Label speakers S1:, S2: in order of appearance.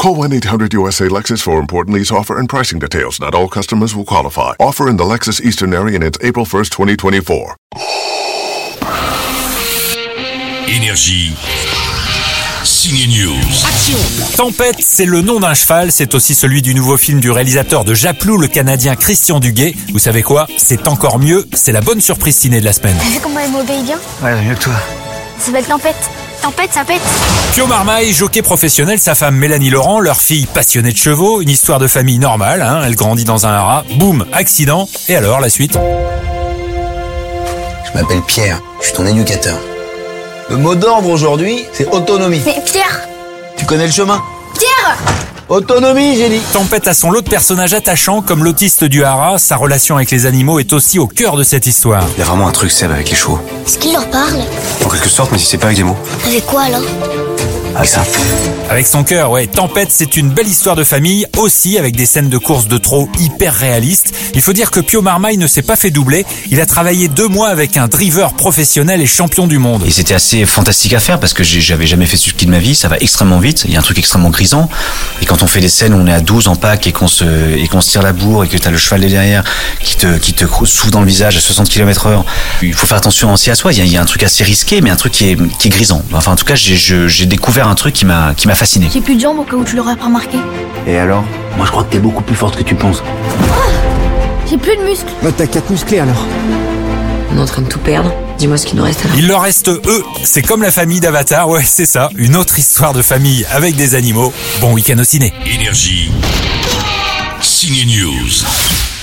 S1: Call 1-800-USA-LEXUS for important lease offer and pricing details. Not all customers will qualify. Offer in the Lexus Eastern area and it's April 1st, 2024.
S2: Énergie. Signe News.
S3: Tempête, c'est le nom d'un cheval, c'est aussi celui du nouveau film du réalisateur de Japlou, le Canadien Christian Duguay. Vous savez quoi C'est encore mieux, c'est la bonne surprise ciné de la semaine.
S4: T'as vu comment elle m'obéit bien
S5: Ouais, mieux que toi.
S4: Ça va être tempête. Tempête, ça pète.
S3: Pio Marmaille, jockey professionnel, sa femme Mélanie Laurent, leur fille passionnée de chevaux, une histoire de famille normale, hein, elle grandit dans un haras, boum, accident, et alors la suite
S6: Je m'appelle Pierre, je suis ton éducateur. Le mot d'ordre aujourd'hui, c'est autonomie.
S4: Mais Pierre
S6: Tu connais le chemin
S4: Pierre
S6: Autonomie, j'ai dit
S3: Tempête a son lot de personnages attachants, comme l'autiste du haras, sa relation avec les animaux est aussi au cœur de cette histoire.
S7: Il y a vraiment un truc, Seb, avec les chevaux.
S4: Est-ce qu'il leur parle
S7: En quelque sorte, mais si c'est pas avec des mots.
S4: Avec quoi alors
S7: Avec ça.
S3: Avec son cœur, ouais. Tempête, c'est une belle histoire de famille, aussi avec des scènes de course de trot hyper réalistes. Il faut dire que Pio Marmaille ne s'est pas fait doubler. Il a travaillé deux mois avec un driver professionnel et champion du monde.
S7: Et c'était assez fantastique à faire parce que j'ai- j'avais jamais fait ce ski de ma vie. Ça va extrêmement vite. Il y a un truc extrêmement grisant. Et quand on fait des scènes où on est à 12 en pack et qu'on se, et qu'on se tire la bourre et que t'as le cheval de derrière qui te, qui te crou- souffle dans le visage à 60 km heure, il faut faire attention aussi à soi. Il y a, il y a un truc assez risqué, mais un truc qui est, qui est grisant. Enfin, en tout cas, j'ai, je- j'ai découvert un truc qui m'a, qui m'a fasciné.
S4: J'ai plus de jambes au cas où tu l'aurais pas remarqué.
S7: Et alors?
S6: Moi, je crois que t'es beaucoup plus forte que tu penses.
S4: J'ai plus de muscles.
S5: Bah, t'as quatre musclés alors.
S8: On est en train de tout perdre. Dis-moi ce qu'il nous reste alors.
S3: Il leur reste eux. C'est comme la famille d'Avatar, ouais, c'est ça. Une autre histoire de famille avec des animaux. Bon week-end au ciné.
S2: Énergie. Signe News.